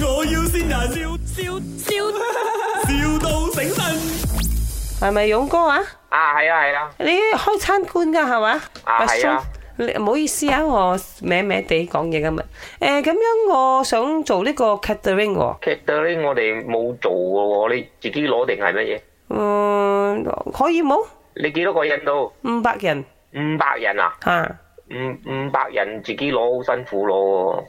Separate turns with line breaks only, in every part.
要先人，笑笑笑，笑到醒神。
係咪勇哥啊？
啊，係啊，係啊，
你開餐館㗎係嘛？
啊係啊
Restaurant。你唔好意思啊，我歪歪地講嘢今日。誒、咁樣我想做呢個 catering 喎、
劇到咧我哋冇做嘅喎，你自己攞定係乜嘢？
嗯，可以冇？
你幾多個人到？
五百人
五百人啊？
嚇，
五五百人自己攞好辛苦攞喎。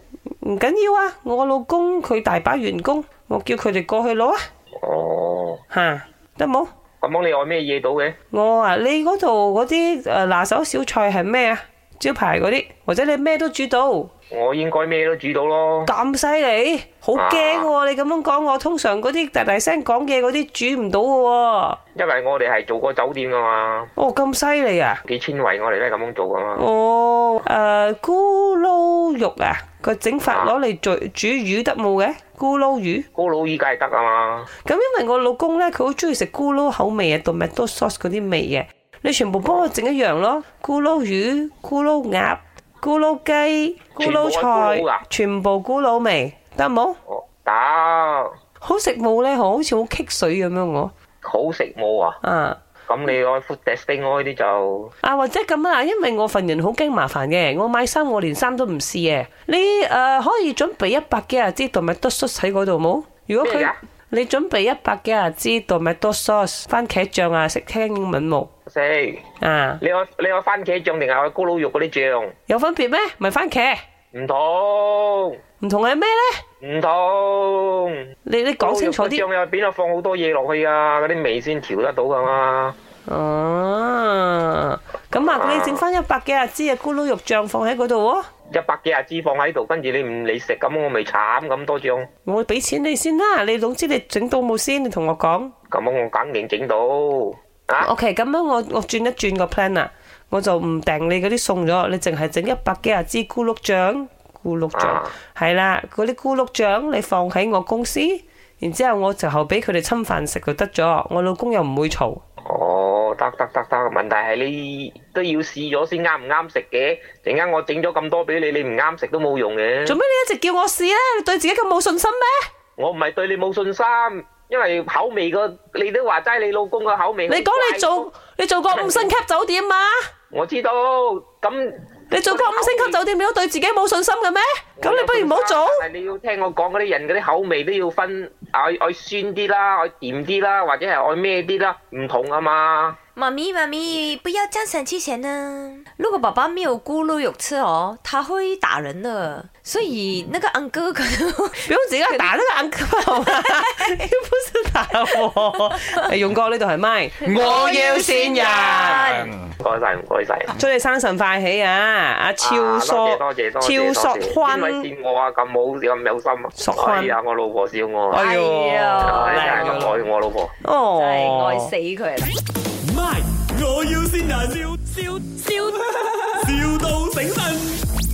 唔、緊要啊！我老公佢大把員工，我叫佢哋過去攞啊
哦，
嚇，得冇？
咁樣你愛咩嘢到嘅？
我啊，你嗰度嗰啲誒拿手小菜係咩啊？招牌嗰啲，或者你咩都煮到
我應該咩都煮到咯。
咁犀利，好驚
啊
喎！你咁樣講我，通常嗰啲大大聲講嘢嗰啲煮唔到嘅喎。
因為我哋係做過酒店噶嘛，
哦，咁犀利啊！
幾千位我哋都係咁樣做噶嘛。
哦，誒、咕嚕肉啊，個整法攞嚟做煮魚得冇嘅咕嚕魚。
高佬依家係得啊嘛，
咁因為我老公咧，佢好中意食咕嚕口味啊，同埋 o sauce 嗰啲味嘅。你全部幫我整一樣咯，咕嚕魚、咕嚕鴨、咕嚕雞、咕嚕
全部係咕嚕啊
菜
㗎，
全部咕嚕味，得冇？
哦打
好食冇咧？好似好棘水咁樣我
好食冇啊，
啊
咁你愛 food testing 嗰啲就
啊或者咁啊，因為我份人好驚麻煩嘅，我買衫我連衫都唔試嘅。你誒、呃可以準備一百幾廿支同埋 o sauce 喺嗰度冇？如果
咩
佢
㗎
你準備一百幾廿支同埋 o sauce 番茄醬啊，識聽英文冇？
食。
啊！
你愛你愛番茄醬定係愛高佬肉嗰啲醬？
有分別咩？咪番茄，
唔同，
唔同係咩呢？
唔同。
你你講清楚
高
啲。
佬肉個醬入邊啊放好多嘢落去啊，嗰啲味先調得到噶嘛。
哦，咁啊，你整翻一百幾廿支嘅咕嚕肉醬放喺嗰度喎，
一百幾廿支放喺度，跟住你唔你食咁，我咪慘咁多醬。
我俾錢你先啦。你總之你整到冇先，你同我講。
咁我梗勁整到啊！
OK，咁樣我我轉一轉個 plan 啦，我就唔訂你嗰啲餸咗，你淨係整一百幾廿支咕嚕醬，咕嚕醬
啊
係啦，嗰啲咕嚕醬你放喺我公司，然之後我就後俾佢哋侵犯食就得咗，我老公又唔會嘈。
哦，得得得得，問題係你都要試咗先啱唔啱食嘅。陣間我整咗咁多俾你，你唔啱食都冇用
做
嘅。
咩你一直叫我試咧？你對自己咁冇信心咩？
我唔係對你冇信心，因為口味個你都話齋，你老公個口味。
你講你做你做過五星級酒店嘛？
我知道，咁
你做過五星級酒店，你都對自己冇信心嘅咩？咁你不如唔好做。
但係你要聽我講嗰啲人嗰啲口味都要分，愛愛酸啲啦，愛甜啲啦，或者係愛咩啲啦，唔同啊嘛。
妈咪，妈咪，不要这样生气先呢。如果爸爸没有咕噜肉吃哦，他会打人的。所以那个安哥可能会
不用自 己打呢個眼球好 嗎？不是打 我。誒勇哥呢度係咪？我要善人。
唔該晒，唔該晒。
祝你生辰快喜啊！阿超
啊
叔
多謝多謝多，謝
超
多謝
叔
邊位
坤，
見我啊咁好咁有心啊！
索坤
係啊，我老婆笑我啊，
哎呦，
哎呀
真
靚啊
係
咗啦
咁愛我老婆。
哦，
真係愛哎死佢啦。
My，我要先人，笑笑笑，笑到醒神。